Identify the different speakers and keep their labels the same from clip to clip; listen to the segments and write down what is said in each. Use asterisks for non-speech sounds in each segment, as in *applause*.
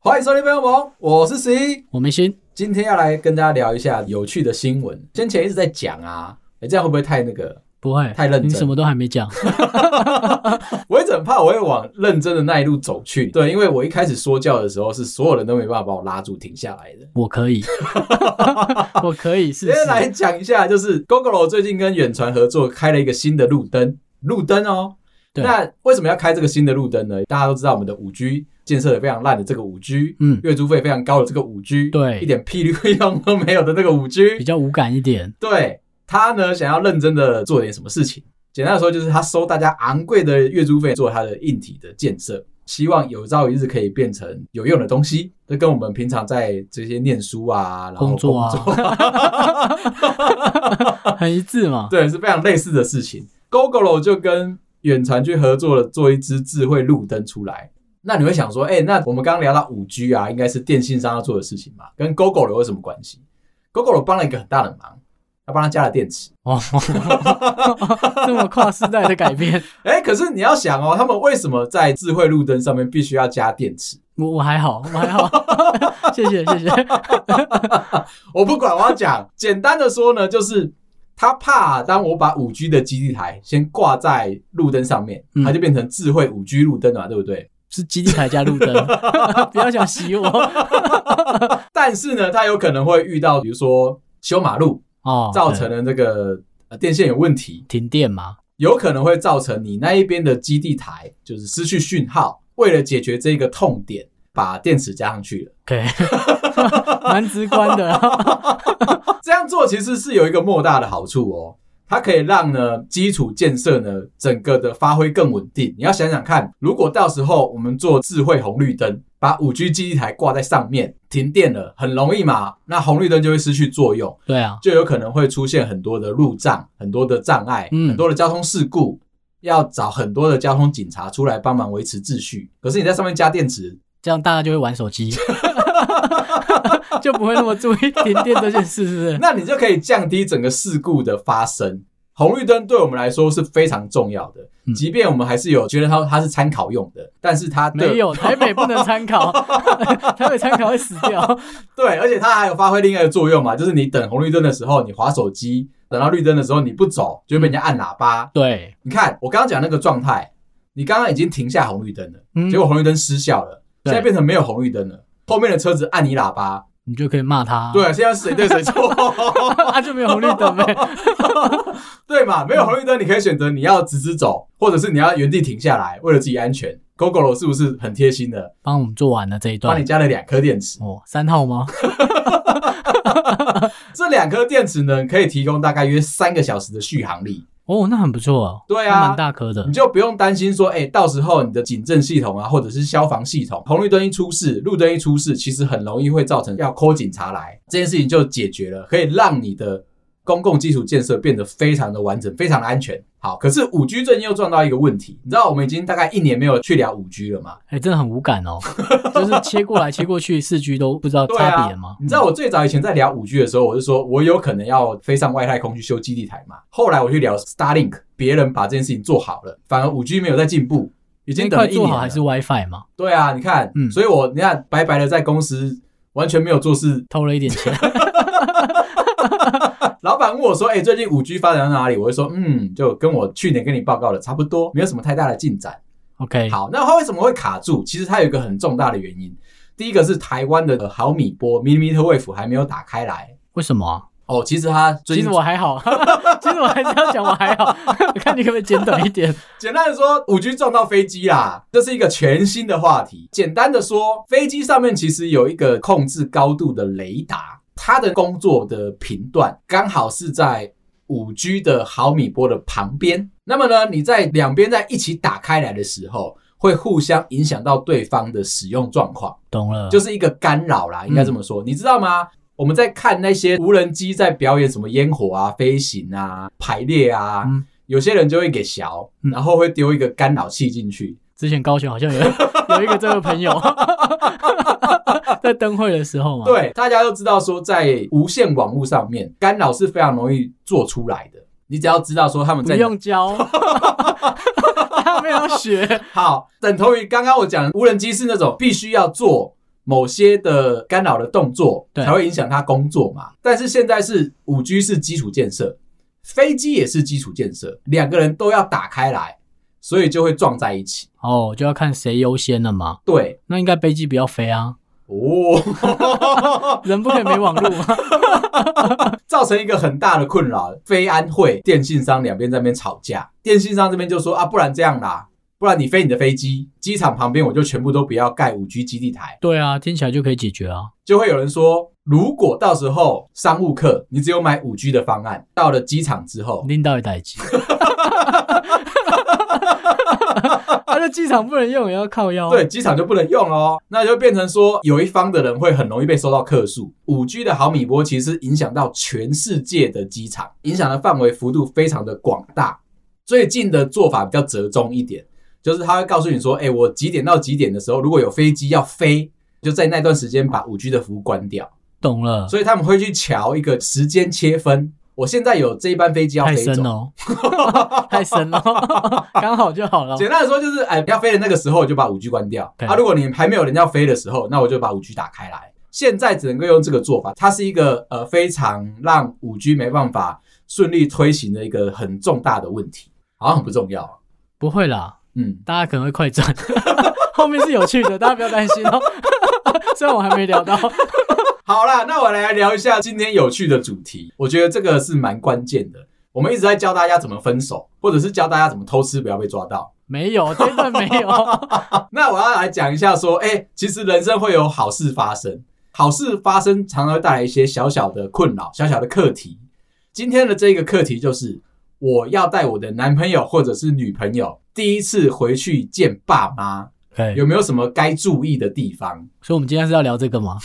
Speaker 1: 欢迎收听《朋友们》，我是十一，
Speaker 2: 我没心，
Speaker 1: 今天要来跟大家聊一下有趣的新闻。先前一直在讲啊，哎、这样会不会太那个？
Speaker 2: 不会
Speaker 1: 太认真
Speaker 2: 你什么都还没讲。 *laughs*
Speaker 1: 我一直很怕我会往认真的那一路走去。对，因为我一开始说教的时候，是所有人都没办法把我拉住停下来
Speaker 2: *laughs*
Speaker 1: 的。
Speaker 2: 我可
Speaker 1: *laughs*
Speaker 2: 以，我可以试
Speaker 1: 今天来
Speaker 2: 试。
Speaker 1: 讲一下，就是 GoGoRo 最近跟远传合作开了一个新的路灯，路灯哦。
Speaker 2: 对
Speaker 1: 那为什么要开这个新的路灯呢？大家都知道我们的五 G 建设的非常烂的这个五 G，
Speaker 2: 嗯，
Speaker 1: 月租费非常高的这个五 G，
Speaker 2: 对
Speaker 1: 一点屁用都没有的那个五 G，
Speaker 2: 比较无感一点。
Speaker 1: 对他呢，想要认真的做点什么事情。简单的说，就是他收大家昂贵的月租费做他的硬体的建设，希望有朝一日可以变成有用的东西。这跟我们平常在这些念书啊、然后
Speaker 2: 工作啊
Speaker 1: 工作
Speaker 2: 很一致嘛。
Speaker 1: *laughs* 对，是非常类似的事情。GoGoRo 就跟远传去合作了，做一支智慧路灯出来。那你会想说，哎、那我们刚刚聊到五 G 啊，应该是电信商要做的事情嘛，跟 GoGoRo 有什么关系？GoGoRo 帮了一个很大的忙，他帮他加了电池。
Speaker 2: 哦， *laughs* 这么跨时代的改变，
Speaker 1: 哎、可是你要想哦，他们为什么在智慧路灯上面必须要加电池？
Speaker 2: 我我还好，我还好。 *laughs* 谢谢谢谢。
Speaker 1: 我不管，我要
Speaker 2: *laughs*
Speaker 1: 讲。简单的说呢，就是他怕当我把五 G 的基地台先挂在路灯上面，
Speaker 2: 嗯
Speaker 1: 它就变成智慧五 G 路灯了嘛，对不对？
Speaker 2: 是基地台加路灯， *laughs* 不要想洗我
Speaker 1: 但是呢，它有可能会遇到，比如说修马路
Speaker 2: 哦，
Speaker 1: 造成
Speaker 2: 对
Speaker 1: 了这个呃电线有问题，
Speaker 2: 停电嘛。
Speaker 1: 有可能会造成你那一边的基地台就是失去讯号。为了解决这个痛点，把电池加上去了。
Speaker 2: OK，蛮直观的 *laughs* 啊。
Speaker 1: 这样做其实是有一个莫大的好处哦，它可以让呢基础建设呢整个的发挥更稳定。你要想想看，如果到时候我们做智慧红绿灯，把五 G 基地台挂在上面，停电了很容易嘛，那红绿灯就会失去作用，
Speaker 2: 对啊，
Speaker 1: 就有可能会出现很多的路障、很多的障碍、
Speaker 2: 嗯
Speaker 1: 很多的交通事故。要找很多的交通警察出来帮忙维持秩序，可是你在上面加电池，
Speaker 2: 这样大家就会玩手机， *laughs* 就不会那么注意停电这件事，是不 *laughs* 是？
Speaker 1: 那你就可以降低整个事故的发生。红绿灯对我们来说是非常重要的，
Speaker 2: 嗯
Speaker 1: 即便我们还是有觉得它它是参考用的，但是它对
Speaker 2: 没有，台北不能
Speaker 1: *laughs*
Speaker 2: 参考，台北参考会死掉。
Speaker 1: 对，而且它还有发挥另外一个作用嘛，就是你等红绿灯的时候，你划手机；等到绿灯的时候你不走，就会被人家按喇叭。
Speaker 2: 对，
Speaker 1: 你看我刚刚讲那个状态，你刚刚已经停下红绿灯了，
Speaker 2: 嗯
Speaker 1: 结果红绿灯失效了，
Speaker 2: 对
Speaker 1: 现
Speaker 2: 啊
Speaker 1: 在变成没有红绿灯了，后面的车子按你喇叭，
Speaker 2: 你就可以骂他。
Speaker 1: 对，，现在是谁对谁错？
Speaker 2: *laughs* 啊就没有红绿灯呗。
Speaker 1: 对嘛？没有红绿灯，你可以选择你要直直
Speaker 2: 嗯
Speaker 1: 走，或者是你要原地停下来，为了自己安全。GoGoRo 是不是很贴心的，
Speaker 2: 帮我们做完了这一
Speaker 1: 帮
Speaker 2: 段
Speaker 1: 你。加了两颗电池？
Speaker 2: 哦，三号吗？
Speaker 1: 这两颗电池呢，可以提供大概约三个小时的续航力，
Speaker 2: 哦，那很不错哦。
Speaker 1: 对啊
Speaker 2: 那蛮大颗的
Speaker 1: 你。就不用担心说，哎、到时候你的警政系统啊，或者是消防系统，红绿灯一出事，路灯一出事，其实很容易会造成要 call 警察来，这件事情就解决了，可以让你的公共基础建设变得非常的完整，非常的安全。好，可是五 G 最近又撞到一个问题，你知道我们已经大概一年没有去聊五 G 了嘛？
Speaker 2: 哎、真的很无感
Speaker 1: *laughs*
Speaker 2: 哦，就是切过来切过去，四 G 都不知道
Speaker 1: 对
Speaker 2: 差
Speaker 1: 啊
Speaker 2: 别吗？，
Speaker 1: 你知道我最早以前在聊五 G 的时候，我是说我有可能要飞上外太空去修基地台嘛。后来我去聊 Starlink，别人把这件事情做好了，反而五 G 没有在进步，已
Speaker 2: 已
Speaker 1: 经等
Speaker 2: 嗯快
Speaker 1: 了一
Speaker 2: 做
Speaker 1: 年
Speaker 2: 好
Speaker 1: 了
Speaker 2: 还是 WiFi 嘛，
Speaker 1: 对啊，你看，
Speaker 2: 嗯
Speaker 1: 所以我你看白白的在公司完全没有做事。
Speaker 2: 偷了一
Speaker 1: *laughs*
Speaker 2: 点钱。
Speaker 1: 老板问我说：“哎、最近五 G 发展到哪里？”我会说：“嗯，就跟我去年跟你报告的差不多，没有什么太大的进展。”
Speaker 2: OK，
Speaker 1: 好，那它为什么会卡住？其实它有一个很重大的原因，第一个是台湾的呃毫米波 （millimeter wave） 还没有打开来。
Speaker 2: 为什么啊？
Speaker 1: 哦，其实它最
Speaker 2: 其
Speaker 1: 近
Speaker 2: 实我还好， *laughs* 其实我还是要讲我还好， *laughs* 看你可不可以简短一点。
Speaker 1: 简单的说，五 G 撞到飞机啦，这是一个全新的话题。简单的说，飞机上面其实有一个控制高度的雷达，它的工作的频段刚好是在五 G 的毫米波的旁边。那么呢，你在两边在一起打开来的时候，会互相影响到对方的使用状况。
Speaker 2: 懂了，
Speaker 1: 就是是一个干扰啦，应该这
Speaker 2: 嗯
Speaker 1: 么说，你知道吗？我们在看那些无人机在表演什么烟火啊、飞行啊、排列啊，
Speaker 2: 嗯
Speaker 1: 有些人就会给小，
Speaker 2: 嗯
Speaker 1: 然后会丢一个干扰器进去。
Speaker 2: 之前高雄好像有 *laughs* 有一个这个朋友， *laughs* 在灯会的时候嘛，，
Speaker 1: 对，大家都知道说，在无线网络上面，干扰是非常容易做出来的。你只要知道说他们
Speaker 2: 不
Speaker 1: 在
Speaker 2: 用教， *laughs* 他没有学，
Speaker 1: 好，等同于刚刚我讲的无人机是那种必须要做某些的干扰的动作，
Speaker 2: 对
Speaker 1: 才会影响它工作嘛。但是现在是五 G 是基础建设，飞机也是基础建设，两个人都要打开来，所以就会撞在一起。
Speaker 2: 哦，就要看谁优先了嘛。
Speaker 1: 对，
Speaker 2: 那应该飞机不要飞啊，
Speaker 1: 哦，
Speaker 2: 人不可以没网路嘛。
Speaker 1: *laughs* 造成一个很大的困扰。飞安会电信商两边在那边吵架，电信商这边就说啊，不然这样啦，不然你飞你的飞机，机场旁边我就全部都不要盖五 G 基地台。
Speaker 2: 对啊，听起来就可以解决啊。
Speaker 1: 就会有人说，如果到时候商务客你只有买五 G 的方案，到了机场之后，
Speaker 2: 拎到一
Speaker 1: *laughs*
Speaker 2: 台机，他在机场不能用，也要靠腰。啊
Speaker 1: 对，机场就不能用哦，那就变成说有一方的人会很容易被收到客诉。五 G 的毫米波其实影响到全世界的机场，影响的范围幅度非常的广大。最近的做法比较折中一点，就是他会告诉你说，哎、我几点到几点的时候，如果有飞机要飞，就在那段时间把五 G 的服务关掉。
Speaker 2: 懂了，
Speaker 1: 所以他们会去瞧一个时间切分。我现在有这一班飞机要
Speaker 2: 太
Speaker 1: 飞
Speaker 2: 深
Speaker 1: 走，
Speaker 2: 了哦， *laughs* 太深了哦， *laughs* 刚好就好了。
Speaker 1: 简单的说就是，哎，要飞的那个时候就把五 G 关掉。
Speaker 2: 对
Speaker 1: 啊，如果你还没有人要飞的时候，那我就把五 G 打开来。现在只能够用这个做法，它是一个呃非常让五 G 没办法顺利推行的一个很重大的问题，好像很不重要啊。
Speaker 2: 不会啦，
Speaker 1: 嗯，
Speaker 2: 大家可能会快转， *laughs* 后面是有趣的，大家不要担心哦。 *laughs* 虽然我还没聊到，
Speaker 1: 好啦，那我来聊一下今天有趣的主题，我觉得这个是蛮关键的。我们一直在教大家怎么分手，或者是教大家怎么偷吃不要被抓到。
Speaker 2: 没有，这一段没有。
Speaker 1: 那我要来讲一下，说，哎、其实人生会有好事发生，好事发生常常会带来一些小小的困扰、小小的课题。今天的这个课题就是，我要带我的男朋友或者是女朋友第一次回去见爸妈，
Speaker 2: 对，
Speaker 1: 有没有什么该注意的地方？
Speaker 2: 所以我们今天是要聊这个吗？ *laughs*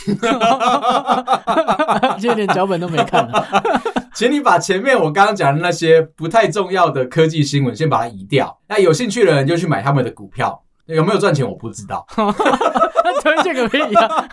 Speaker 2: 今天连脚本都没看啊
Speaker 1: 请你把前面我刚刚讲的那些不太重要的科技新闻先把它移掉。那有兴趣的人就去买他们的股票，有没有赚钱我不知道。
Speaker 2: *laughs* 推荐个屁啊！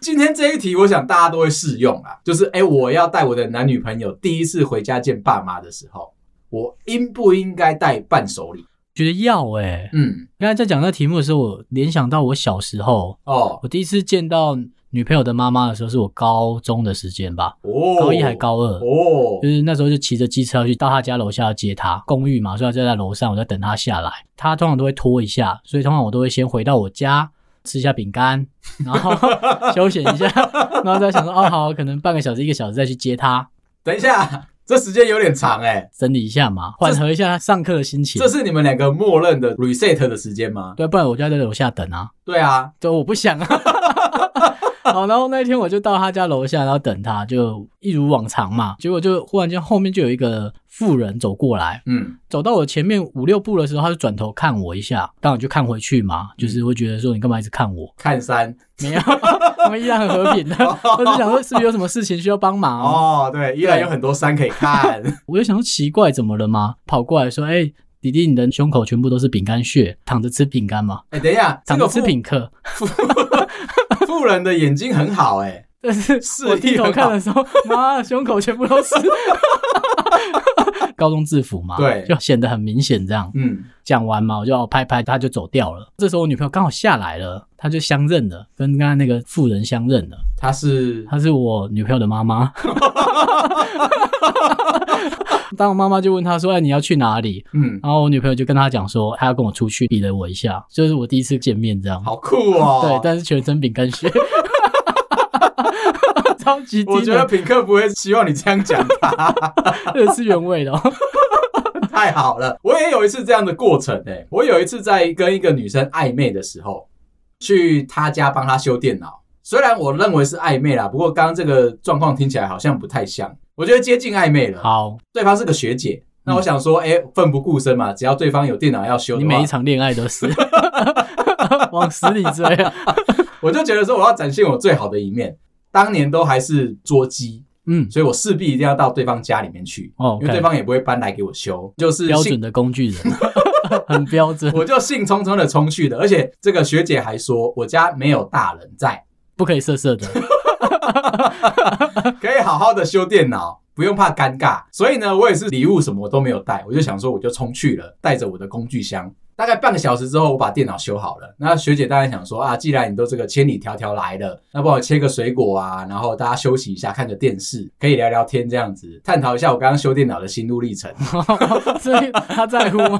Speaker 1: 今天这一题，我想大家都会适用啦，就是哎、诶我要带我的男女朋友第一次回家见爸妈的时候，我应不应该带伴手礼？
Speaker 2: 觉得要哎、
Speaker 1: 嗯，
Speaker 2: 刚才在讲那题目的时候，我联想到我小时候，
Speaker 1: 哦，
Speaker 2: 我第一次见到女朋友的妈妈的时候，是我高中的时间吧，
Speaker 1: 哦，
Speaker 2: 高一还高二。
Speaker 1: 哦
Speaker 2: 就，是那时候就骑着机车去到他家楼下要接他，公寓嘛，所以他就在楼上，我在等他下来。他通常都会拖一下，所以通常我都会先回到我家吃一下饼干，然后 *laughs* 休闲一下，然后再想说哦好，可能半个小时一个小时再去接他，
Speaker 1: 等一下，这时间有点长哎、诶
Speaker 2: 整理一下嘛，缓和一下他上课的心情
Speaker 1: 这。是你们两个默认的 reset 的时间吗？
Speaker 2: 对，不然我就要在楼下等啊。
Speaker 1: 对啊，
Speaker 2: 对，我不想啊。 *laughs* 好，然后那一天我就到他家楼下，然后等他，就一如往常嘛。结果就忽然间后面就有一个妇人走过来，
Speaker 1: 嗯，
Speaker 2: 走到我前面五六步的时候，他就转头看我一下，当然就看回去嘛，就是会觉得说你干嘛一直看 *laughs* 我？
Speaker 1: 看山
Speaker 2: 没有，我们依然很和平 *laughs* 的。我就想说是不是有什么事情需要帮忙？啊
Speaker 1: 哦，对，依然有很多山可以
Speaker 2: *laughs*
Speaker 1: 看，
Speaker 2: 我就想说奇怪，怎么了吗？跑过来说，哎、弟弟，你的胸口全部都是饼干屑，躺着吃饼干嘛？
Speaker 1: 哎、等一下，这
Speaker 2: 躺
Speaker 1: 个
Speaker 2: 着吃
Speaker 1: 富
Speaker 2: 品客。
Speaker 1: 富人的眼睛很好哎、诶
Speaker 2: 但是啊
Speaker 1: 视
Speaker 2: 我
Speaker 1: 力
Speaker 2: 低头
Speaker 1: 很
Speaker 2: 看
Speaker 1: 好
Speaker 2: 的时候，妈，胸口全部都 *laughs* 是高中制服嘛，
Speaker 1: 对
Speaker 2: 就显得很明显。这样
Speaker 1: 嗯，
Speaker 2: 讲完嘛，我就哦拍拍，他就走掉了。这时候我女朋友刚好下来了，她就相认了，跟刚才那个妇人相认了。
Speaker 1: 他是
Speaker 2: 她是我女朋友的妈妈。 *laughs* 当我妈妈就问她说：“哎，你要去哪里
Speaker 1: 嗯？”，
Speaker 2: 然后我女朋友就跟她讲说：“她要跟我出去，比了我一下，就是我第一次见面这样。”
Speaker 1: 好酷哦，
Speaker 2: 对，但是全身饼干屑， *laughs* 超级 *laughs* 低能
Speaker 1: 我觉得品客不会希望你这样讲
Speaker 2: *laughs*
Speaker 1: 吧，
Speaker 2: 这是原味的、哦，
Speaker 1: 太好了。我也有一次这样的过程诶、我有一次在跟一个女生暧昧的时候，去她家帮她修电脑。虽然我认为是暧昧啦，不过刚刚这个状况听起来好像不太像，我觉得接近暧昧了。
Speaker 2: 好，
Speaker 1: 对方是个学姐，那我想说，哎、奋不顾身嘛，只要对方有电脑要修
Speaker 2: 你
Speaker 1: 的
Speaker 2: 每
Speaker 1: 话
Speaker 2: 一，场恋爱都
Speaker 1: *laughs*
Speaker 2: 是往死里追啊，
Speaker 1: 我就觉得说我要展现我最好的一面。当年都还是桌机，
Speaker 2: 嗯，
Speaker 1: 所以我势必一定要到对方家里面去，
Speaker 2: 哦，
Speaker 1: 因为对方也不会搬来给我修，就是
Speaker 2: 标
Speaker 1: 性
Speaker 2: 准的工具人， *laughs* 很标 *laughs* 准，
Speaker 1: 我就兴冲冲的冲去的。而且这个学姐还说，我家没有大人在，
Speaker 2: 不可以色色的。 *laughs*
Speaker 1: 可以好好的修电脑，不用怕尴尬。所以呢，我也是礼物什么都没有带，我就想说我就冲去了，带着我的工具箱。大概半个小时之后，我把电脑修好了。那学姐当然想说啊，既然你都这个千里迢迢来了，那帮我切个水果啊，然后大家休息一下，看个电视，可以聊聊天这样子，探讨一下我刚刚修电脑的心路历程。
Speaker 2: 所以他在乎吗？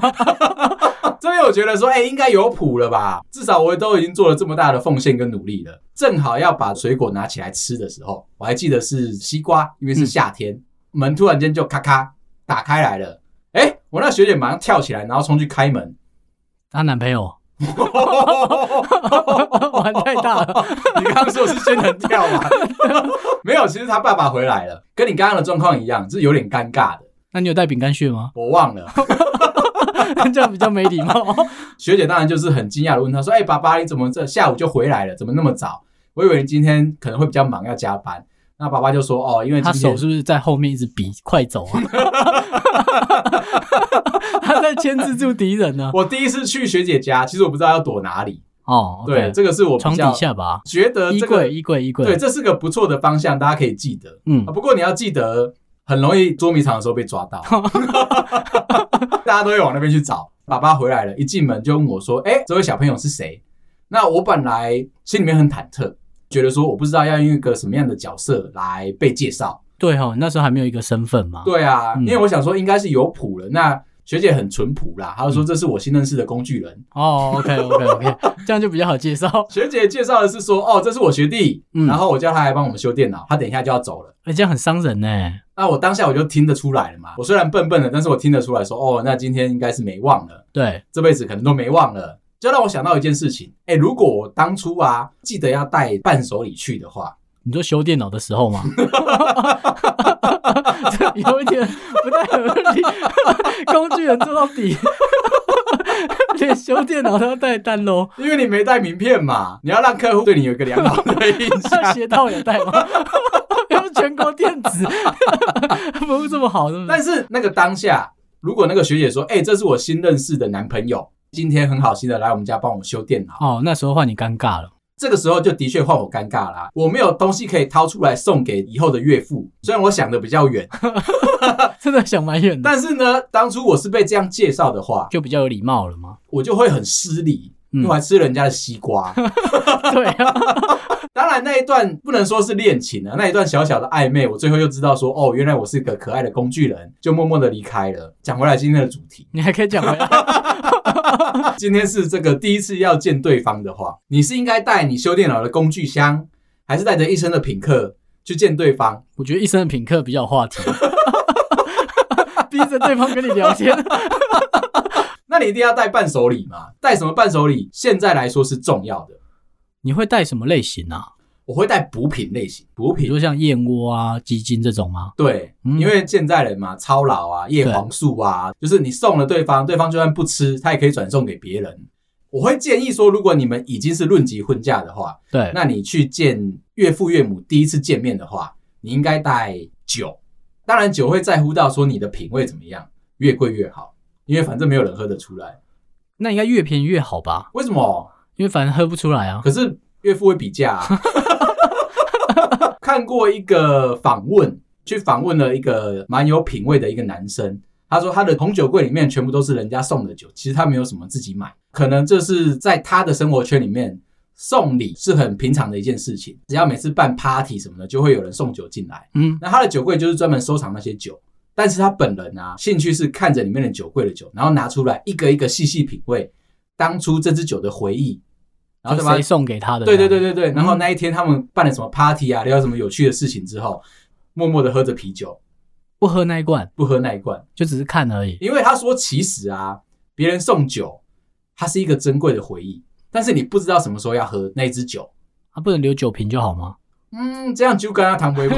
Speaker 1: 这边我觉得说，哎、应该有谱了吧？至少我都已经做了这么大的奉献跟努力了。正好要把水果拿起来吃的时候，我还记得是西瓜，因为是夏天，门突然间就咔咔打开来了。哎、我那学姐马上跳起来，然后冲去开门。 *laughs*
Speaker 2: 她男朋友玩太大了，
Speaker 1: 你刚刚说是仙人跳嘛？ *laughs* 没有，其实他爸爸回来了，跟你刚刚的状况一样，是有点尴尬的。
Speaker 2: 那你有带饼干屑吗？ *laughs*
Speaker 1: 我忘了，
Speaker 2: 这样比较没礼貌。
Speaker 1: 学姐当然就是很惊讶的问他说：“哎、爸爸，你怎么这下午就回来了？怎么那么早？我以为你今天可能会比较忙，要加班。”那爸爸就说：“哦，因为
Speaker 2: 他
Speaker 1: 今
Speaker 2: 手
Speaker 1: 天
Speaker 2: 是不是在后面一直比快走啊？ *laughs* 他在牵制住敌人呢、
Speaker 1: 我第一次去学姐家，其实我不知道要躲哪里。
Speaker 2: 哦，
Speaker 1: 对，，这个是我比
Speaker 2: 床
Speaker 1: 较
Speaker 2: 底下吧，
Speaker 1: 觉得
Speaker 2: 衣
Speaker 1: 这
Speaker 2: 柜，
Speaker 1: 个
Speaker 2: 衣柜，衣柜。
Speaker 1: 对，这是个不错的方向，大家可以记得。
Speaker 2: 嗯
Speaker 1: 啊，不过你要记得，很容易捉迷藏的时候被抓
Speaker 2: *laughs*
Speaker 1: 到， *laughs* 大家都会往那边去找。爸爸回来了，一进门就问我说：“哎、这位小朋友是谁？”那我本来心里面很忐忑，觉得说我不知道要用一个什么样的角色来被介绍。
Speaker 2: 对哈、哦，那时候还没有一个身份嘛。
Speaker 1: 对啊，
Speaker 2: 嗯
Speaker 1: 因为我想说应该是有谱了。那学姐很淳朴啦，她就说这是我新认识的工具人。
Speaker 2: 哦，OK，OK，OK，这样就比较好介绍。
Speaker 1: 学姐介绍的是说，哦，这是我学弟，
Speaker 2: 嗯
Speaker 1: 然后我叫他来帮我们修电脑，他等一下就要走了。
Speaker 2: 哎，这样很伤人呢。
Speaker 1: 那啊我当下我就听得出来了嘛。我虽然笨笨的，但是我听得出来说，哦，那今天应该是没忘了，
Speaker 2: 对，
Speaker 1: 这辈子可能都没忘了。就让我想到一件事情，哎、如果我当初啊记得要带伴手礼去的话，
Speaker 2: 你说修电脑的时候嘛， *laughs* 这有一点不太合理。工具人做到底，连修电脑都要带单喽。
Speaker 1: 因为你没带名片嘛，你要让客户对你有一个良好的印
Speaker 2: *laughs* 那
Speaker 1: 象。
Speaker 2: 鞋套有带吗？用全国电子服务这么好，是不是？
Speaker 1: 但是那个当下，如果那个学姐说，哎、这是我新认识的男朋友，今天很好心的来我们家帮我修电脑，
Speaker 2: 哦，那时候换你尴尬了。
Speaker 1: 这个时候就的确换我尴尬啦，我没有东西可以掏出来送给以后的岳父。虽然我想的比较远，
Speaker 2: 真的想蛮远的，
Speaker 1: 但是呢，当初我是被这样介绍的话，
Speaker 2: 就比较有礼貌了嘛。
Speaker 1: 我就会很失礼，
Speaker 2: 嗯
Speaker 1: 因为我还吃人家的西瓜。
Speaker 2: 对啊，
Speaker 1: 当然那一段不能说是恋情啊，那一段小小的暧昧，我最后又知道说，哦，原来我是个可爱的工具人，就默默的离开了。讲回来今天的主题，
Speaker 2: 你还可以讲回来。
Speaker 1: 今天是这个第一次要见对方的话，你是应该带你修电脑的工具箱，还是带着一身的品客去见对方？
Speaker 2: 我觉得一生的品客比较有话题， *laughs* 逼着对方跟你聊天。 *laughs*
Speaker 1: 那你一定要带伴手礼嘛？带什么伴手礼？现在来说是重要的。
Speaker 2: 你会带什么类型啊？
Speaker 1: 我会带补品类型，补
Speaker 2: 比
Speaker 1: 品
Speaker 2: 如像燕窝啊、鸡精这种吗？
Speaker 1: 对，
Speaker 2: 嗯
Speaker 1: 因为现在人嘛，操劳啊，叶黄素啊，就是你送了对方，对方就算不吃，他也可以转送给别人。我会建议说，如果你们已经是论及婚嫁的话，
Speaker 2: 对，
Speaker 1: 那你去见岳父岳母第一次见面的话，你应该带酒。当然，酒会在乎到说你的品味怎么样，越贵越好，因为反正没有人喝得出来。
Speaker 2: 那应该越便宜越好吧？
Speaker 1: 为什么？
Speaker 2: 因为反正喝不出来啊。
Speaker 1: 可是岳父会比价、啊。 *laughs* 看过一个访问，去访问了一个蛮有品味的一个男生，他说他的红酒柜里面全部都是人家送的酒，其实他没有什么自己买，可能这是在他的生活圈里面。送礼是很平常的一件事情，只要每次办 party 什么的，就会有人送酒进来。
Speaker 2: 嗯，
Speaker 1: 那他的酒柜就是专门收藏那些酒，但是他本人啊，兴趣是看着里面的酒柜的酒，然后拿出来一个一个细细品味当初这支酒的回忆，然后
Speaker 2: 就
Speaker 1: 再把它
Speaker 2: 谁送给他的？
Speaker 1: 对对对，对
Speaker 2: 嗯
Speaker 1: 对，然后那一天他们办了什么 party 啊，聊什么有趣的事情之后，默默的喝着啤酒，
Speaker 2: 不喝那一罐，
Speaker 1: 不喝那一罐，
Speaker 2: 就只是看而已。
Speaker 1: 因为他说其实啊，别人送酒，它是一个珍贵的回忆，但是你不知道什么时候要喝那一支酒，
Speaker 2: 啊，不能留酒瓶就好吗？ *laughs*
Speaker 1: 嗯，这样就跟他谈回，
Speaker 2: 啊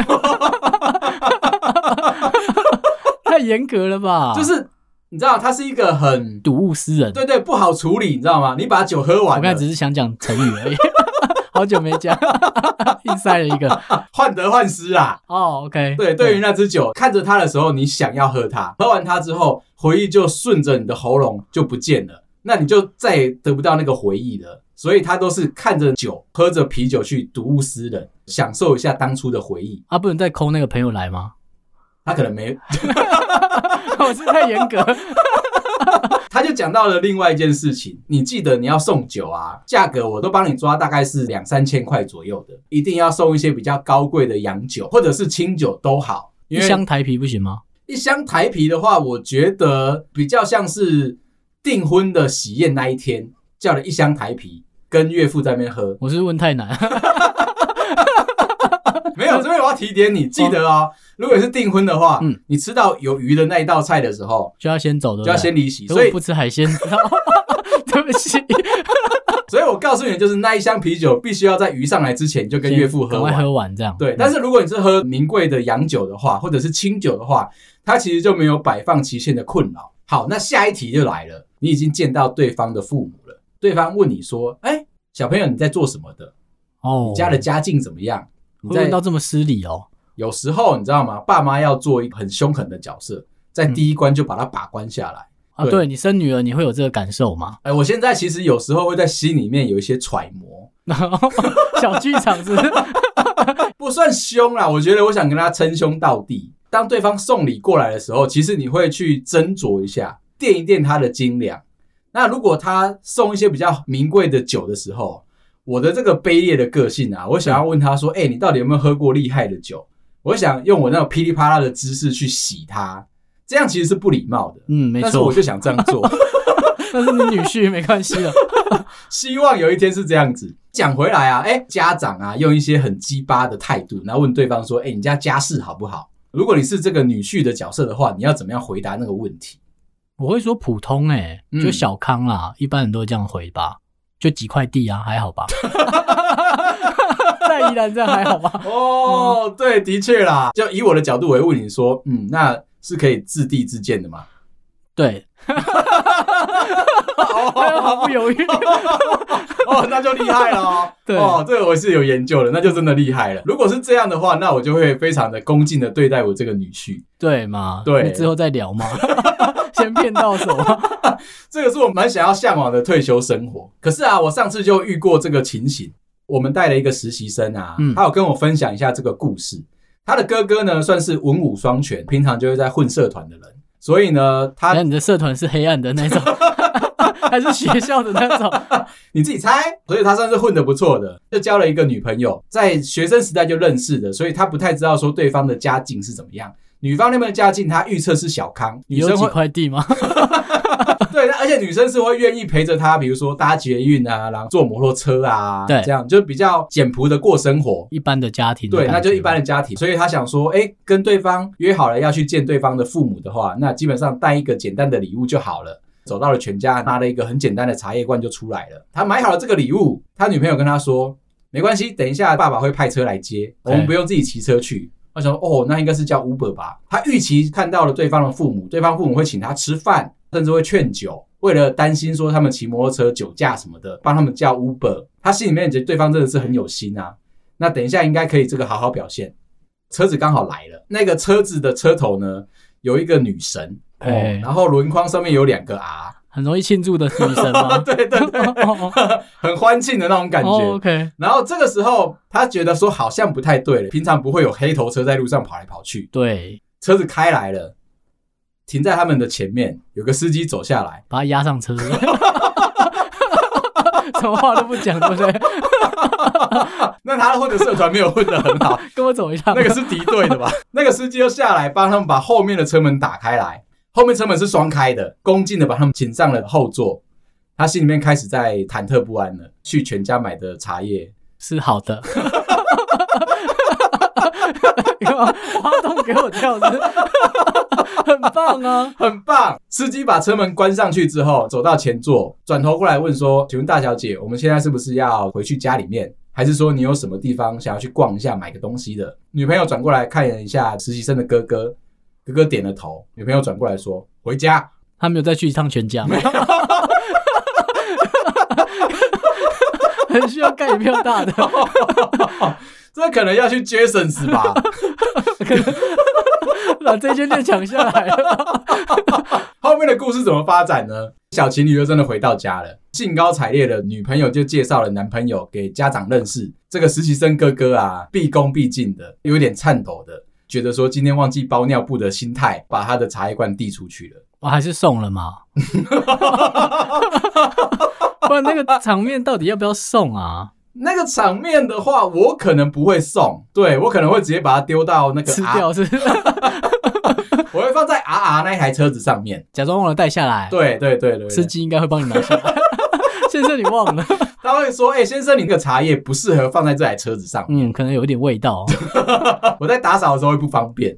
Speaker 2: 太严格了吧？
Speaker 1: 就是你知道，它是一个很
Speaker 2: 睹物思人。
Speaker 1: 对对不好处理，你知道吗？你把酒喝
Speaker 2: 我
Speaker 1: 完
Speaker 2: 刚才
Speaker 1: 了，
Speaker 2: 只是想讲成语而已， *laughs* 好久没讲， *laughs* 硬塞了一个。
Speaker 1: 患得患失啊。 *laughs*
Speaker 2: 哦，OK、o k
Speaker 1: 对，对于那支酒，看着它的时候，你想要喝它，喝完它之后，回忆就顺着你的喉咙就不见了，那你就再也得不到那个回忆了。所以他都是看着酒，喝着啤酒去睹物思人，享受一下当初的回忆。
Speaker 2: 啊，不能再抠那个朋友来吗？ *laughs*
Speaker 1: 他可能没，
Speaker 2: 我是太严格。
Speaker 1: 他就讲到了另外一件事情。你记得你要送酒啊，价格我都帮你抓，大概是两三千块左右的，一定要送一些比较高贵的洋酒或者是清酒都好，因
Speaker 2: 一
Speaker 1: 为
Speaker 2: 箱台啤不行吗？
Speaker 1: 一箱台啤的话，我觉得比较像是订婚的喜宴那一天叫了一箱台啤，跟岳父在那边喝。
Speaker 2: 我是问太难。
Speaker 1: *laughs*
Speaker 2: *laughs*
Speaker 1: 没有，这边我要提点你，记得哦， *laughs* 如果你是订婚的话，
Speaker 2: 嗯
Speaker 1: 你吃到有鱼的那一道菜的时候，
Speaker 2: 就要先走的，
Speaker 1: 就要先离席。
Speaker 2: 可
Speaker 1: 所
Speaker 2: 我
Speaker 1: 以
Speaker 2: 不，吃海鲜， *laughs* 你知道吗对不起，
Speaker 1: 所以我告诉你，就是那一箱啤酒必须要在鱼上来之前就跟岳父
Speaker 2: 赶
Speaker 1: 喝
Speaker 2: 快
Speaker 1: 完。
Speaker 2: 喝完这样。
Speaker 1: 对，但是如果你是喝名贵的洋酒的话，或者是清酒的话，它其实就没有摆放期限的困扰。好，那下一题就来了，你已经见到对方的父母了，对方问你说：“哎、小朋友你在做什么的？
Speaker 2: 哦，
Speaker 1: 你家的家境怎么样？”你
Speaker 2: 会
Speaker 1: 在
Speaker 2: 问到这么失礼哦，
Speaker 1: 有时候你知道吗？爸妈要做一个很凶狠的角色，在第一关就把他把关下来。
Speaker 2: 啊，
Speaker 1: 对
Speaker 2: 对你生女儿，你会有这个感受吗？ *laughs*
Speaker 1: 哎、我现在其实有时候会在心里面有一些揣摩，
Speaker 2: 然后小剧场是不 *laughs* 是
Speaker 1: 不算凶啦，我觉得我想跟他称兄道弟。当对方送礼过来的时候，其实你会去斟酌一下，掂一掂他的斤两。那如果他送一些比较名贵的酒的时候，我的这个卑劣的个性啊，我想要问他说：“哎、你到底有没有喝过厉害的酒？”我想用我那种噼里啪啦的知识去洗他，这样其实是不礼貌的。
Speaker 2: 嗯，没
Speaker 1: 但是我
Speaker 2: 错，
Speaker 1: 就想这样做，
Speaker 2: 那是你女婿，没关系啊
Speaker 1: *laughs*
Speaker 2: 的。
Speaker 1: 希望有一天是这样子。讲回来啊，哎、家长啊，用一些很鸡巴的态度，然后问对方说：“哎、你家家世好不好？”如果你是这个女婿的角色的话，你要怎么样回答那个问题？
Speaker 2: 我会说普通哎、
Speaker 1: 嗯
Speaker 2: 就小康啦，一般人都会这样回吧，就几块地啊，还
Speaker 1: *laughs*
Speaker 2: 好吧。在宜兰这样还
Speaker 1: *laughs*
Speaker 2: 好吧？
Speaker 1: 哦，对，的确啦，就以我的角度，我会问你说：“嗯，那是可以自地自建的吗
Speaker 2: 对，还有毫
Speaker 1: *laughs*
Speaker 2: 不犹豫。？”
Speaker 1: *laughs* 哦，那就厉害了 *laughs* 哦。
Speaker 2: 对
Speaker 1: 哦，这个我是有研究的，那就真的厉害了。如果是这样的话，那我就会非常的恭敬的对待我这个女婿。
Speaker 2: 对嘛？
Speaker 1: 对
Speaker 2: 那之后
Speaker 1: *laughs*
Speaker 2: 再聊嘛。先骗到手嘛，
Speaker 1: 这个是我蛮想要向往的退休生活。可是啊，我上次就遇过这个情形，我们带了一个实习生啊，
Speaker 2: 嗯
Speaker 1: 他有跟我分享一下这个故事。他的哥哥呢，算是文武双全，平常就会在混社团的人，所以呢，
Speaker 2: 那
Speaker 1: 他
Speaker 2: 你的社团是黑暗的
Speaker 1: *laughs*
Speaker 2: 那种，还是学校的那种？
Speaker 1: 你自己猜，所以他算是混得不错的，就交了一个女朋友，在学生时代就认识的，所以他不太知道说对方的家境是怎么样。女方那边的家境，他预测是小康，
Speaker 2: 你
Speaker 1: 女
Speaker 2: 有
Speaker 1: 生
Speaker 2: 几
Speaker 1: 会
Speaker 2: 块
Speaker 1: *laughs*
Speaker 2: 地吗？
Speaker 1: 对，那而且女生是会愿意陪着他，比如说搭捷运啊，然后坐摩托车啊，
Speaker 2: 对
Speaker 1: 这样就比较简朴的过生活。
Speaker 2: 一般的家庭的
Speaker 1: 对，
Speaker 2: 感
Speaker 1: 那就
Speaker 2: 觉
Speaker 1: 一般的家庭，所以他想说，哎、跟对方约好了要去见对方的父母的话，那基本上带一个简单的礼物就好了。走到了全家，拿了一个很简单的茶叶罐就出来了。他买好了这个礼物，他女朋友跟他说，没关系，等一下爸爸会派车来接，我
Speaker 2: 对
Speaker 1: 们不用自己骑车去。他想说，哦，那应该是叫 Uber 吧。他预期看到了对方的父母，对方父母会请他吃饭，甚至会劝酒。为了担心说他们骑摩托车酒驾什么的，帮他们叫 Uber。他心里面觉得对方真的是很有心啊。那等一下应该可以这个好好表现。车子刚好来了，那个车子的车头呢有一个女神，哦
Speaker 2: 哎，
Speaker 1: 然后轮框上面有两个 R， *laughs*
Speaker 2: 很容易庆祝的女生吗？
Speaker 1: 对对对，
Speaker 2: 哦
Speaker 1: 很欢庆的那种感觉。
Speaker 2: 哦，OK，
Speaker 1: 然后这个时候，他觉得说好像不太对了，平常不会有黑头车在路上跑来跑去。
Speaker 2: 对，
Speaker 1: 车子开来了，停在他们的前面，有个司机走下来，
Speaker 2: 把他压上车， *laughs* 什么话都不讲，对不对？
Speaker 1: 那他混的社团没有混得很好，
Speaker 2: 跟我走一趟。
Speaker 1: 那个是敌对的吧？那个司机就下来帮他们把后面的车门打开来，后面车门是双开的，恭敬的把他们请上了后座。他心里面开始在忐忑不安了，去全家买的茶叶，
Speaker 2: 是好的。 *laughs* 你干嘛挖洞给我跳是不是很棒啊！
Speaker 1: 很棒。司机把车门关上去之后，走到前座，转头过来问说：“请问大小姐，我们现在是不是要回去家里面？”还是说你有什么地方想要去逛一下，买个东西的？女朋友转过来看了一下实习生的哥哥，哥哥点了头。女朋友转过来说：“回家。”
Speaker 2: 他没有再去一趟全家吗？ *laughs* 很需要干一票大的，
Speaker 1: 这可能要去 Jasons 吧？
Speaker 2: 把这间店抢下来了。
Speaker 1: 后面的故事怎么发展呢？小情侣就真的回到家了，兴高采烈的女朋友就介绍了男朋友给家长认识。这个实习生哥哥啊，毕恭毕敬的，有点颤抖的，觉得说今天忘记包尿布的心态，把他的茶叶罐递出去了。
Speaker 2: 我还是送了嘛， *laughs* 不然那个场面到底要不要送啊？
Speaker 1: 那个场面的话，我可能不会送，对我可能会直接把它丢到那个
Speaker 2: 吃
Speaker 1: R-
Speaker 2: 掉是不是
Speaker 1: *laughs* 我会放在 R R 那一台车子上面。
Speaker 2: 假装忘了带下来，
Speaker 1: 对对对对对
Speaker 2: 司机应该会帮你拿下 *laughs* 来。先生，你忘了？
Speaker 1: 他会说：“哎、先生，你那个茶叶不适合放在这台车子上。”
Speaker 2: 嗯，可能有一点味道。
Speaker 1: 我在打扫的时候会不方便。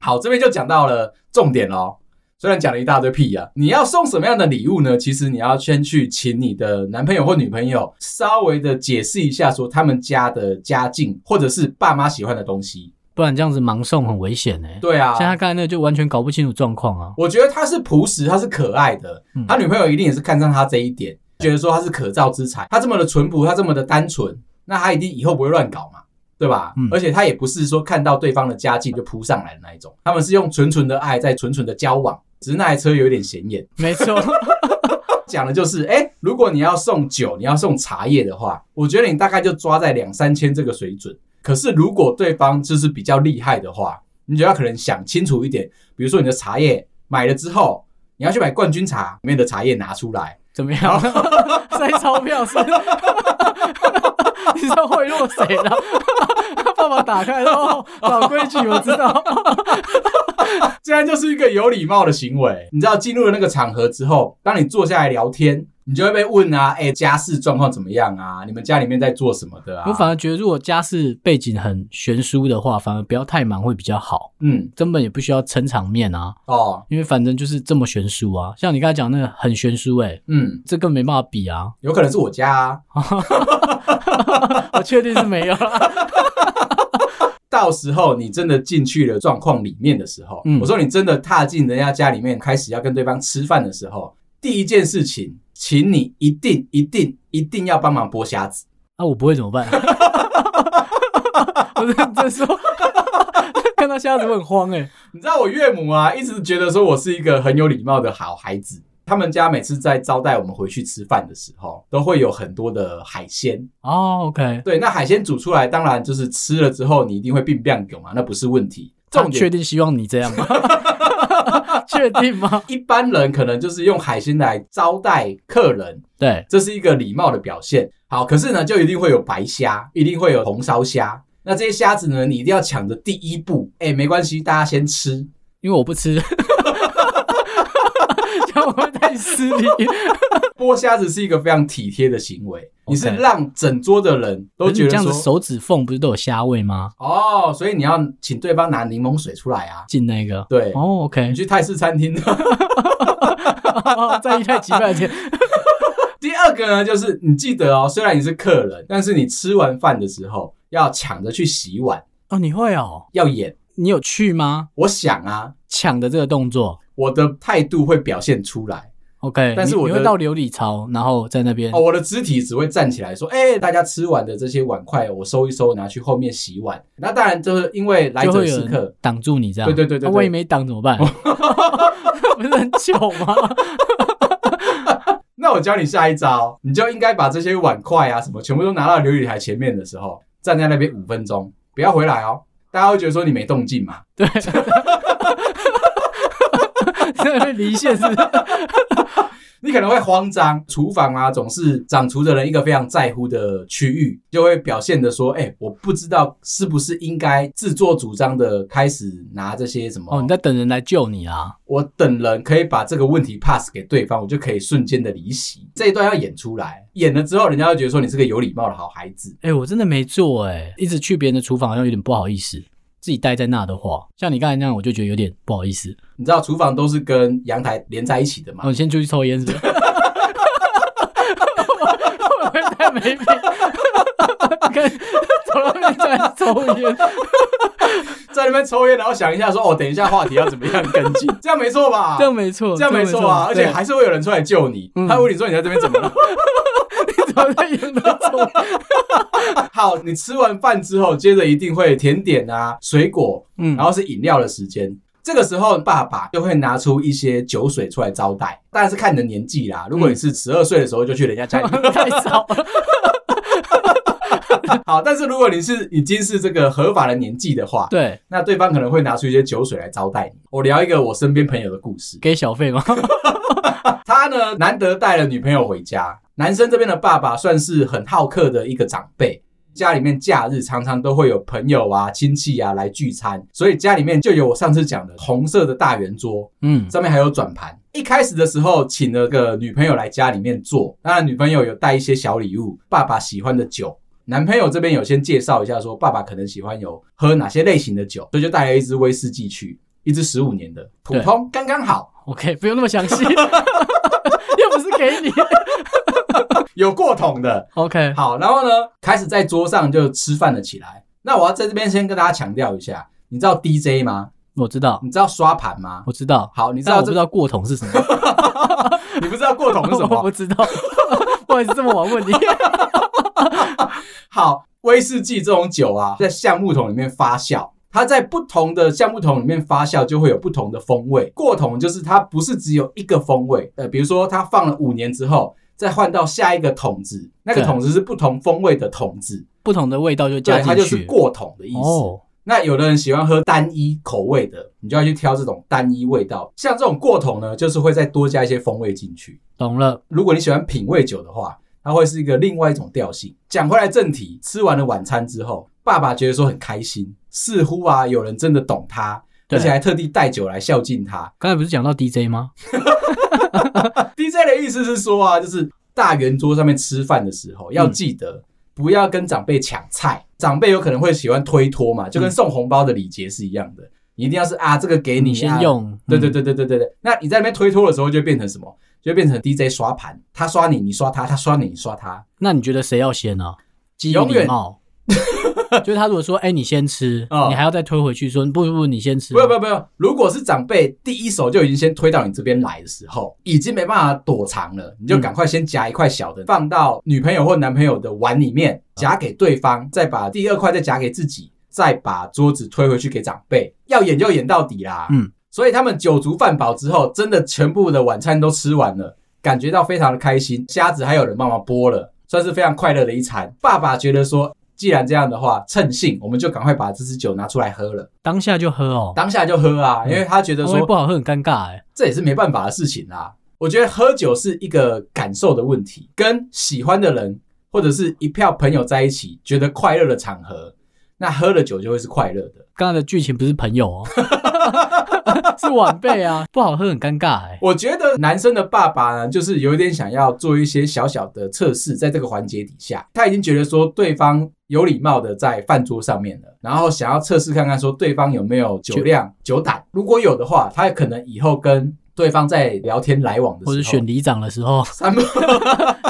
Speaker 1: 好，这边就讲到了重点喽。虽然讲了一大堆屁呀、你要送什么样的礼物呢？其实你要先去请你的男朋友或女朋友稍微的解释一下，说他们家的家境或者是爸妈喜欢的东西。
Speaker 2: 不然这样子盲送很危险呢、欸
Speaker 1: 对啊，
Speaker 2: 像他刚才那个就完全搞不清楚状况啊。
Speaker 1: 我觉得他是朴实，他是可爱的
Speaker 2: 嗯，
Speaker 1: 他女朋友一定也是看上他这一点，觉得说他是可造之才，他这么的淳朴，他这么的单纯，那他一定以后不会乱搞嘛，对吧？
Speaker 2: 嗯
Speaker 1: 而且他也不是说看到对方的家境就扑上来的那一种，他们是用纯纯的爱在纯纯的交往，只是那台车有点显眼。
Speaker 2: 没错，
Speaker 1: 讲的就是，哎、如果你要送酒，你要送茶叶的话，我觉得你大概就抓在两三千这个水准。可是如果对方就是比较厉害的话，你就要可能想清楚一点，比如说你的茶叶买了之后，你要去买冠军茶里面的茶叶拿出来，
Speaker 2: *laughs* 怎么样？塞钞票是？ *laughs* 你知道贿赂谁了？ *laughs* 爸爸打开哦，老规矩，我知道。
Speaker 1: 这样就是一个有礼貌的行为。你知道，进入了那个场合之后，当你坐下来聊天，你就会被问啊，哎、家事状况怎么样啊？你们家里面在做什么的啊？
Speaker 2: 我反而觉得，如果家世背景很悬殊的话，反而不要太忙会比较好，
Speaker 1: 嗯
Speaker 2: 根本也不需要撑场面啊，
Speaker 1: 哦
Speaker 2: 因为反正就是这么悬殊啊。像你刚才讲那个很悬殊、欸，
Speaker 1: 嗯，
Speaker 2: 这根本没办法比啊。
Speaker 1: 有可能是我家啊。
Speaker 2: 我确定是没有啦。
Speaker 1: 到时候你真的进去了状况里面的时候，
Speaker 2: 嗯
Speaker 1: 我说你真的踏进人家家里面，开始要跟对方吃饭的时候，第一件事情，请你一定一定一定要帮忙剥虾子。
Speaker 2: *laughs* 啊，我不会怎么办？ *laughs* 我认真说， *laughs* 看到虾子我很慌哎、
Speaker 1: 你知道我岳母啊，一直觉得说我是一个很有礼貌的好孩子。他们家每次在招待我们回去吃饭的时候，都会有很多的海鲜。
Speaker 2: 哦，OK、o k
Speaker 1: 对，那海鲜煮出来，当然就是吃了之后，你一定会变变囧嘛，那不是问题。重点
Speaker 2: 确定希望你这样吗？ *laughs* 确定吗？
Speaker 1: 一般人可能就是用海鲜来招待客人，
Speaker 2: 对，
Speaker 1: 这是一个礼貌的表现。好，可是呢，就一定会有白虾，一定会有红烧虾。那这些虾子呢，你一定要抢着第一步。哎、没关系，大家先吃。
Speaker 2: 因为我不吃， *laughs* 这样我会太失礼。
Speaker 1: 剥虾子是一个非常体贴的行为，你是
Speaker 2: OK
Speaker 1: 让整桌的人都
Speaker 2: 可是
Speaker 1: 觉
Speaker 2: 你
Speaker 1: 得
Speaker 2: 这样子
Speaker 1: 说，
Speaker 2: 手指缝不是都有虾味吗？
Speaker 1: 哦，所以你要请对方拿柠檬水出来啊。
Speaker 2: 进那个，
Speaker 1: 对，
Speaker 2: 哦
Speaker 1: *laughs*
Speaker 2: ，OK、*laughs*
Speaker 1: 你去泰式餐厅。
Speaker 2: o k 在意太奇怪点，
Speaker 1: 第二个呢，就是你记得哦，虽然你是客人，但是你吃完饭的时候要抢着去洗碗，
Speaker 2: 哦，你会哦？
Speaker 1: 要演。
Speaker 2: 你有去吗？
Speaker 1: 我想啊，
Speaker 2: 抢的这个动作
Speaker 1: 我的态度会表现出来。
Speaker 2: ，OK，
Speaker 1: 但是
Speaker 2: 你
Speaker 1: 我
Speaker 2: 你
Speaker 1: 的
Speaker 2: 会到琉璃槽，然后在那边
Speaker 1: 哦，我的肢体只会站起来说：“哎、大家吃完的这些碗筷，我收一收，拿去后面洗碗。”那当然就是因为来
Speaker 2: 就
Speaker 1: 者
Speaker 2: 会有
Speaker 1: 是客
Speaker 2: 人，挡住你这样。
Speaker 1: 对对对对
Speaker 2: 那
Speaker 1: 对
Speaker 2: 万一没挡怎么
Speaker 1: *laughs*
Speaker 2: 办？不是很糗吗？
Speaker 1: 那我教你下一招，你就应该把这些碗筷啊什么全部都拿到琉璃台前面的时候，站在那边五分钟，不要回来哦。大家会觉得说你没动静嘛？
Speaker 2: 真的会离线是不是？
Speaker 1: 你可能会慌张。厨房啊，总是掌厨的人一个非常在乎的区域，就会表现的说：“哎、我不知道是不是应该自作主张的开始拿这些什么。”
Speaker 2: 哦，你在等人来救你啊啦。
Speaker 1: 我等人可以把这个问题 pass 给对方，我就可以瞬间的离席。这一段要演出来，演了之后，人家会觉得说你是个有礼貌的好孩子。
Speaker 2: 哎、我真的没做哎、一直去别人的厨房好像有点不好意思。自己待在那的话，像你刚才那样，我就觉得有点不好意思。
Speaker 1: 你知道厨房都是跟阳台连在一起的嘛？
Speaker 2: 哦，你先出去抽烟是 *laughs* 吧？我会太没品，看走到那边在那抽烟，
Speaker 1: *laughs* 在那边抽烟，然后想一下说哦，等一下话题要怎么样跟进， *laughs* 这样没错吧？
Speaker 2: 这样没错，
Speaker 1: *laughs* 这样没错啊，而且
Speaker 2: 对
Speaker 1: 还是会有人出来救你，
Speaker 2: 嗯
Speaker 1: 他问你说你在这边怎么了？
Speaker 2: 到底有没有中？
Speaker 1: 好，你吃完饭之后，接着一定会甜点啊、水果，
Speaker 2: 嗯，
Speaker 1: 然后是饮料的时间。这个时候，爸爸就会拿出一些酒水出来招待，当然是看你的年纪啦。如果你是
Speaker 2: 嗯
Speaker 1: 十二岁的时候就去人家
Speaker 2: *laughs*
Speaker 1: 家里，
Speaker 2: 太少了，
Speaker 1: 好。但是如果你是已经是这个合法的年纪的话，
Speaker 2: 对，
Speaker 1: 那对方可能会拿出一些酒水来招待你。我聊一个我身边朋友的故事，
Speaker 2: 给小费吗？ *laughs*
Speaker 1: 他呢难得带了女朋友回家，男生这边的爸爸算是很好客的一个长辈。家里面假日常常都会有朋友啊、亲戚啊来聚餐，所以家里面就有我上次讲的红色的大圆桌，
Speaker 2: 嗯，
Speaker 1: 上面还有转盘。一开始的时候，请了个女朋友来家里面坐，当然女朋友有带一些小礼物，爸爸喜欢的酒。男朋友这边有先介绍一下，说爸爸可能喜欢有喝哪些类型的酒，所以就带了一支威士忌去，一支十五年的，普
Speaker 2: 对
Speaker 1: 通刚刚好，
Speaker 2: OK，不用那么详细， *laughs* 又不是给你。 *laughs*
Speaker 1: 有过桶的。
Speaker 2: OK，
Speaker 1: 好，然后呢，开始在桌上就吃饭了起来。那我要在这边先跟大家强调一下，你知道 DJ 吗？
Speaker 2: 我知道，
Speaker 1: 你知道刷盘吗？
Speaker 2: 我知道。
Speaker 1: 好，你知
Speaker 2: 但
Speaker 1: 道
Speaker 2: 我不
Speaker 1: 这
Speaker 2: 知道过桶是什么，
Speaker 1: *laughs* 你不知道过桶是什
Speaker 2: *laughs* 我不
Speaker 1: 么？
Speaker 2: 知道。不好意思，这么晚问你。
Speaker 1: *laughs* 好，威士忌这种酒啊，在橡木桶里面发酵。它在不同的橡木桶里面发酵，就会有不同的风味。过桶就是它不是只有一个风味，呃，比如说它放了五年之后，再换到下一个桶子，那个
Speaker 2: 对
Speaker 1: 桶子是不同风味的桶子，
Speaker 2: 不同的味道就加
Speaker 1: 对，
Speaker 2: 进
Speaker 1: 它
Speaker 2: 去。
Speaker 1: 就是过桶的意思。
Speaker 2: 哦，
Speaker 1: 那有的人喜欢喝单一口味的，你就要去挑这种单一味道。像这种过桶呢，就是会再多加一些风味进去。
Speaker 2: 懂了。
Speaker 1: 如果你喜欢品味酒的话，它会是一个另外一种调性。讲回来正题，吃完了晚餐之后，爸爸觉得说很开心，似乎啊有人真的懂他，
Speaker 2: 对
Speaker 1: 而且还特地带酒来孝敬他。
Speaker 2: 刚才不是讲到 DJ 吗？
Speaker 1: DJ 的意思是说啊，就是大圆桌上面吃饭的时
Speaker 2: 嗯
Speaker 1: 候，要记得不要跟长辈抢菜，长辈有可能会喜欢推脱
Speaker 2: 嗯
Speaker 1: 嘛，就跟送红包的礼节是一样的，你一定要是啊这个给你、
Speaker 2: 你先
Speaker 1: 啊
Speaker 2: 用。
Speaker 1: 对
Speaker 2: 嗯
Speaker 1: 对，对对对对对。那你在那边推脱的时候，就变成什么？就变成 DJ 刷盘，他刷你，你刷他，他刷你，你刷他。
Speaker 2: 那你觉得谁要先呢？基于
Speaker 1: 永远
Speaker 2: 礼貌。 *laughs* 就是他如果说，哎、你先吃，
Speaker 1: 哦
Speaker 2: 你还要再推回去说，不不不，你先吃。啊
Speaker 1: 不用不用不用，如果是长辈第一手就已经先推到你这边来的时候，已经没办法躲藏了，你就赶快先夹一块小的，放到女朋友或男朋友的碗里面，夹给对方，再把第二块再夹给自己，再把桌子推回去给长辈。嗯要演就演到底啦。
Speaker 2: 嗯，
Speaker 1: 所以他们酒足饭饱之后，真的全部的晚餐都吃完了，感觉到非常的开心，虾子还有人帮忙剥了，算是非常快乐的一餐。爸爸觉得说。既然这样的话，趁兴我们就赶快把这支酒拿出来喝了。
Speaker 2: 当下就喝哦，
Speaker 1: 当下就喝啊，因为他觉得
Speaker 2: 万一
Speaker 1: 说
Speaker 2: 不好喝很尴尬哎、
Speaker 1: 这也是没办法的事情啦。我觉得喝酒是一个感受的问题，跟喜欢的人或者是一票朋友在一起，觉得快乐的场合，那喝了酒就会是快乐的。
Speaker 2: 刚才的剧情不是朋友哦， *laughs* 是晚辈啊，不好喝很尴尬哎、
Speaker 1: 我觉得男生的爸爸呢，就是有一点想要做一些小小的测试，在这个环节底下，他已经觉得说对方有礼貌的在饭桌上面了，然后想要测试看看说对方有没有酒量、酒胆，如果有的话，他可能以后跟对方在聊天来往的时
Speaker 2: 或
Speaker 1: 候，
Speaker 2: 者选里长的
Speaker 1: *laughs*
Speaker 2: 时候
Speaker 1: 三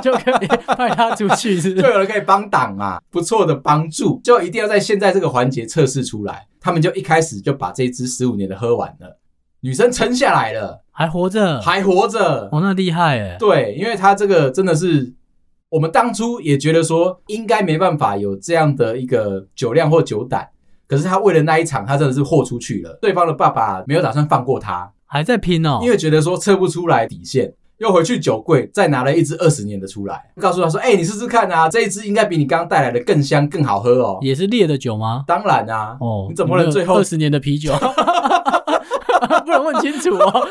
Speaker 2: 就可以派他出去 *laughs* 是不
Speaker 1: 就是有人可以帮挡嘛，不错的帮助，就一定要在现在这个环节测试出来。他们就一开始就把这支十五年的喝完了，女生撑下来了，
Speaker 2: 还活着，
Speaker 1: 还活着。
Speaker 2: 哦，那厉害哎、
Speaker 1: 对，因为她这个真的是，我们当初也觉得说应该没办法有这样的一个酒量或酒胆，可是她为了那一场，她真的是豁出去了。对方的爸爸没有打算放过她，
Speaker 2: 还在拼哦
Speaker 1: 因，为觉得说测不出来底线，又回去酒柜再拿了一支二十年的出来，告诉他说：“哎、你试试看啊，这一支应该比你刚刚带来的更香更好喝哦。
Speaker 2: 也是烈的酒吗”？
Speaker 1: 当然啊，
Speaker 2: 哦，
Speaker 1: 你怎么能最后
Speaker 2: 二十年的啤酒？ *laughs* 不能问清楚
Speaker 1: *laughs*
Speaker 2: 哦。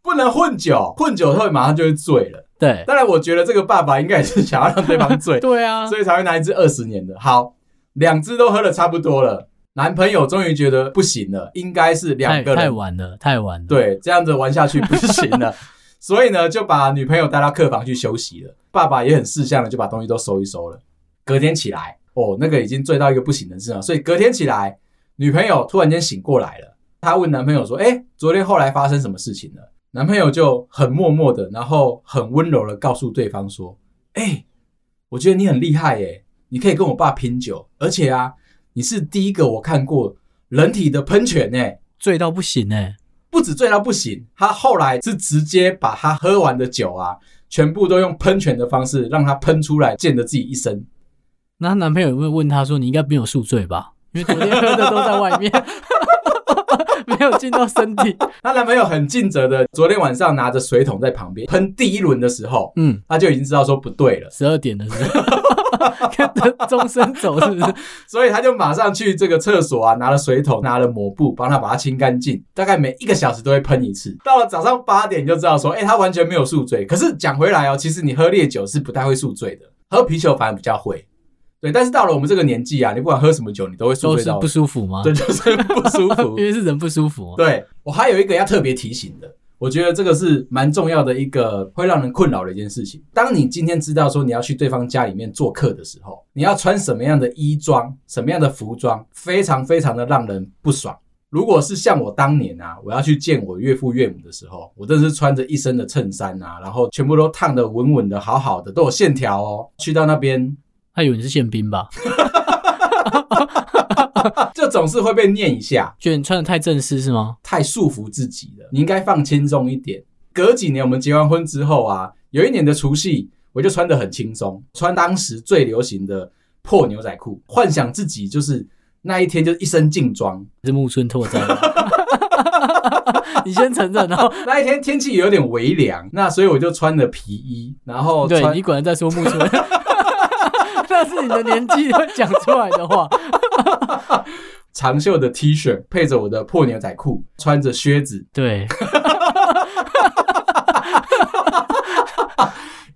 Speaker 1: 不能混酒，混酒后马上就会醉了。
Speaker 2: 对
Speaker 1: 当然，我觉得这个爸爸应该也是想要让对方醉，
Speaker 2: *laughs* 对啊，
Speaker 1: 所以才会拿一支二十年的。好，两支都喝的差不多了，男朋友终于觉得不行了，应该是两
Speaker 2: 太
Speaker 1: 个
Speaker 2: 太
Speaker 1: 人
Speaker 2: 晚了，太晚了。，
Speaker 1: 对，这样子玩下去不行了，所以呢，就把女朋友带到客房去休息了。爸爸也很识相的，就把东西都收一收了。隔天起来，哦，那个已经醉到一个不行的事了，所以隔天起来，女朋友突然间醒过来了，她问男朋友说：“哎、昨天后来发生什么事情了？”男朋友就很默默的，然后很温柔的告诉对方说：“哎、我觉得你很厉害耶，你可以跟我爸拼酒，而且啊，你是第一个我看过人体的喷泉哎。”
Speaker 2: 醉到不行哎、
Speaker 1: 不止醉到不行，他后来是直接把他喝完的酒啊，全部都用喷泉的方式让它喷出来，溅得自己一身。
Speaker 2: 那她男朋友有没有问她说你应该没有宿醉吧？因为昨天喝的都在外面， *laughs* 没有进到身体。
Speaker 1: 她男朋友很尽责的，昨天晚上拿着水桶在旁边喷第一轮的时候，
Speaker 2: 嗯，
Speaker 1: 她就已经知道说不对了，
Speaker 2: 十二点的时候，跟着钟声走是不是？
Speaker 1: 所以她就马上去这个厕所啊，拿了水桶，拿了抹布，帮她把它清干净。大概每一个小时都会喷一次。到了早上八点，你就知道说，哎、她完全没有宿醉。可是讲回来哦，其实你喝烈酒是不太会宿醉的，喝啤酒反而比较会。对，但是到了我们这个年纪啊，你不管喝什么酒，你都会宿
Speaker 2: 都
Speaker 1: 醉
Speaker 2: 是
Speaker 1: 到
Speaker 2: 不，舒服吗？
Speaker 1: 对，就是不舒服
Speaker 2: 因。为是人不舒服。哦
Speaker 1: 对我还有一个要特别提醒的，我觉得这个是蛮重要的一个会让人困扰的一件事情。当你今天知道说你要去对方家里面做客的时候，你要穿什么样的衣装、什么样的服装，非常非常的让人不爽。如果是像我当年啊，我要去见我岳父岳母的时候，我真的是穿着一身的衬衫啊，然后全部都烫的稳稳的、好好的，都有线条哦。去到那边
Speaker 2: 他以为你是宪兵吧？
Speaker 1: 就总是会被念一下，
Speaker 2: 觉得你穿的太正式是吗？
Speaker 1: 太束缚自己了，你应该放轻松一点。隔几年我们结完婚之后啊，有一年的除夕，我就穿得很轻松，穿当时最流行的破牛仔裤，幻想自己就是那一天就一身劲装。
Speaker 2: 是木村拓哉吗？你先承认哦。
Speaker 1: 那一天天气有点微凉，那所以我就穿了皮衣，然后
Speaker 2: 对
Speaker 1: 穿
Speaker 2: 你果然在说木
Speaker 1: *laughs*
Speaker 2: 村，那是你的年纪会讲出来的话。
Speaker 1: 长袖的 T 恤，配着我的破牛仔裤，穿着靴子， *laughs*
Speaker 2: 对，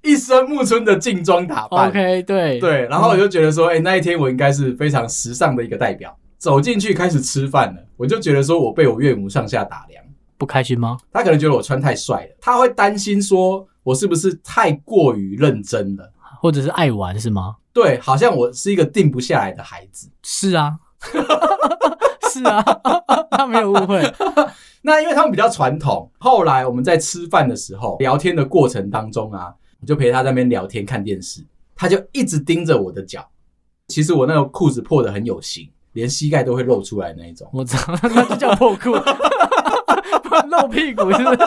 Speaker 1: 一身木村的劲装打扮。
Speaker 2: OK，对，
Speaker 1: 对，然后我就觉得说，哎、那一天我应该是非常时尚的一个代表。走进去开始吃饭了，我就觉得说我被我岳母上下打量，
Speaker 2: 不开心吗？
Speaker 1: 她可能觉得我穿太帅了，她会担心说我是不是太过于认真了。
Speaker 2: 或者是爱玩是吗？
Speaker 1: 对，好像我是一个定不下来的孩子。
Speaker 2: 是啊， *laughs* 是啊， *laughs* 他没有误会。
Speaker 1: 那因为他们比较传统，后来我们在吃饭的时候聊天的过程当中啊，我就陪她在那边聊天看电视，她就一直盯着我的脚。其实我那个裤子破的很有型，连膝盖都会露出来那一种。
Speaker 2: 我操，那就叫破裤， *laughs* 露屁股是不是？ *laughs*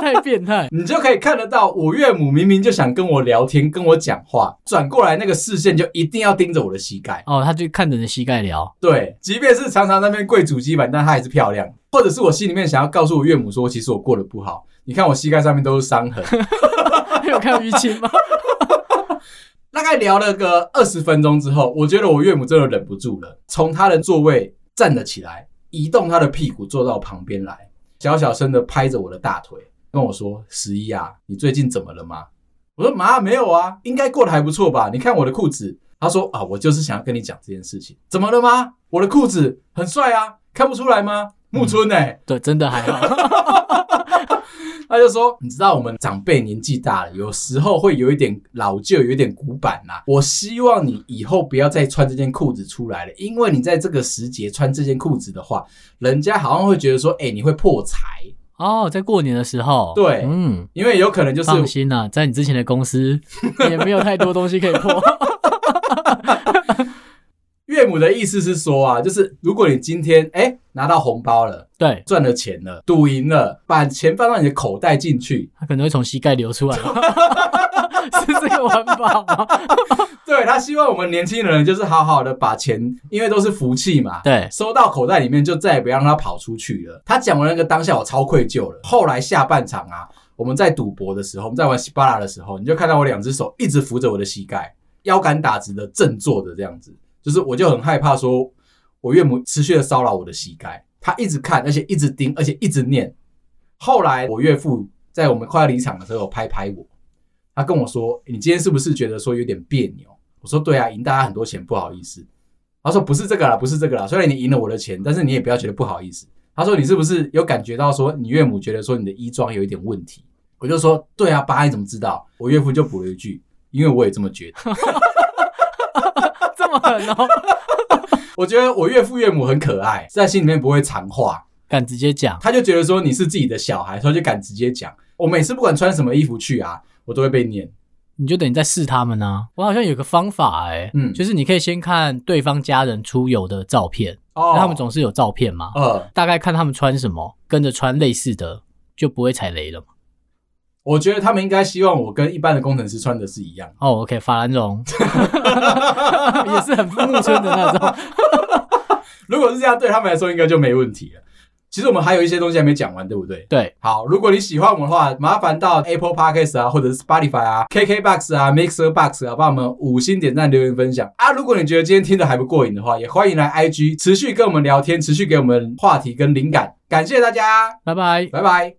Speaker 2: 太变态。
Speaker 1: 你就可以看得到，我岳母明明就想跟我聊天、跟我讲话，转过来那个视线就一定要盯着我的膝盖。
Speaker 2: 哦，他就看着你的膝盖聊， *laughs*
Speaker 1: 对，即便是常常那边跪主机板，但她还是漂亮。或者是我心里面想要告诉我岳母说，其实我过得不好，你看我膝盖上面都是伤痕。
Speaker 2: 有看淤青吗？ *laughs*
Speaker 1: 大概聊了个二十分钟之后，我觉得我岳母真的忍不住了，从她的座位站了起来，移动她的屁股坐到我旁边来，小小声的拍着我的大腿，跟我说：“十一啊，你最近怎么了吗？”我说：“妈，没有啊，应该过得还不错吧？你看我的裤子。”她说：“啊，我就是想要跟你讲这件事情，怎么了吗？我的裤子很帅啊，看不出来吗？木村哎、
Speaker 2: 对，真的还好。
Speaker 1: 他就说：“你知道我们长辈年纪大了，有时候会有一点老旧，有一点古板啦、我希望你以后不要再穿这件裤子出来了，因为你在这个时节穿这件裤子的话，人家好像会觉得说，哎、你会破财，
Speaker 2: 哦，在过年的时候，
Speaker 1: 对
Speaker 2: 嗯，
Speaker 1: 因为有可能就是
Speaker 2: 放心啦、在你之前的
Speaker 1: *laughs*
Speaker 2: 公司也没有太多东西可以破。 *laughs*
Speaker 1: 岳母的意思是说啊，就是如果你今天哎、拿到红包了，
Speaker 2: 对，
Speaker 1: 赚了钱了，赌赢了，把钱放到你的口袋进去，
Speaker 2: 他可能会从膝盖流出来， *laughs* 是这个玩法吗？
Speaker 1: 对他希望我们年轻人就是好好的把钱，因为都是福气嘛，
Speaker 2: 对，
Speaker 1: 收到口袋里面就再也不让他跑出去了。他讲完那个当下，我超愧疚了。后来下半场啊，我们在赌博的时候，我们在玩西巴拉的时候，你就看到我两只手一直扶着我的膝盖，腰杆打直的正坐着这样子，就是我就很害怕说，我岳母持续的骚扰我的膝盖，她一直看，而且一直盯，而且一直念。后来我岳父在我们快要离场的时候拍拍我，他跟我说：“你今天是不是觉得说有点别扭？”我说：“对啊，赢大家很多钱，不好意思。”他说不是这个啦，不是这个啦。虽然你赢了我的钱，但是你也不要觉得不好意思。他说你是不是有感觉到说你岳母觉得说你的衣装有一点问题？我就说对啊，爸，你怎么知道？我岳父就补了一句，因为我也这么觉得。 *laughs*
Speaker 2: 这么狠哦，
Speaker 1: 我觉得我岳父岳母很可爱，在心里面不会藏话，
Speaker 2: 敢直接讲，
Speaker 1: 他就觉得说你是自己的小孩，所以就敢直接讲。我每次不管穿什么衣服去啊，我都会被念。
Speaker 2: 你就等于在试他们呢、我好像有个方法哎、
Speaker 1: 嗯
Speaker 2: 就是你可以先看对方家人出游的照片，因
Speaker 1: 哦
Speaker 2: 为他们总是有照片嘛，
Speaker 1: 呃
Speaker 2: 大概看他们穿什么，跟着穿类似的，就不会踩雷了嘛。
Speaker 1: 我觉得他们应该希望我跟一般的工程师穿的是一样。
Speaker 2: 哦，OK，法兰绒 *laughs* 也是很木村的那种。
Speaker 1: 如果是这样，对他们来说应该就没问题了。其实我们还有一些东西还没讲完，对不对？
Speaker 2: 对，
Speaker 1: 好，如果你喜欢我们的话，麻烦到 Apple Podcast 啊，或者是 Spotify 啊、KKBox 啊、Mixer Box 啊，帮我们五星点赞、留言、分享啊。如果你觉得今天听的还不过瘾的话，也欢迎来 IG 持续跟我们聊天，持续给我们话题跟灵感。感谢大家，
Speaker 2: 拜拜。
Speaker 1: 拜拜。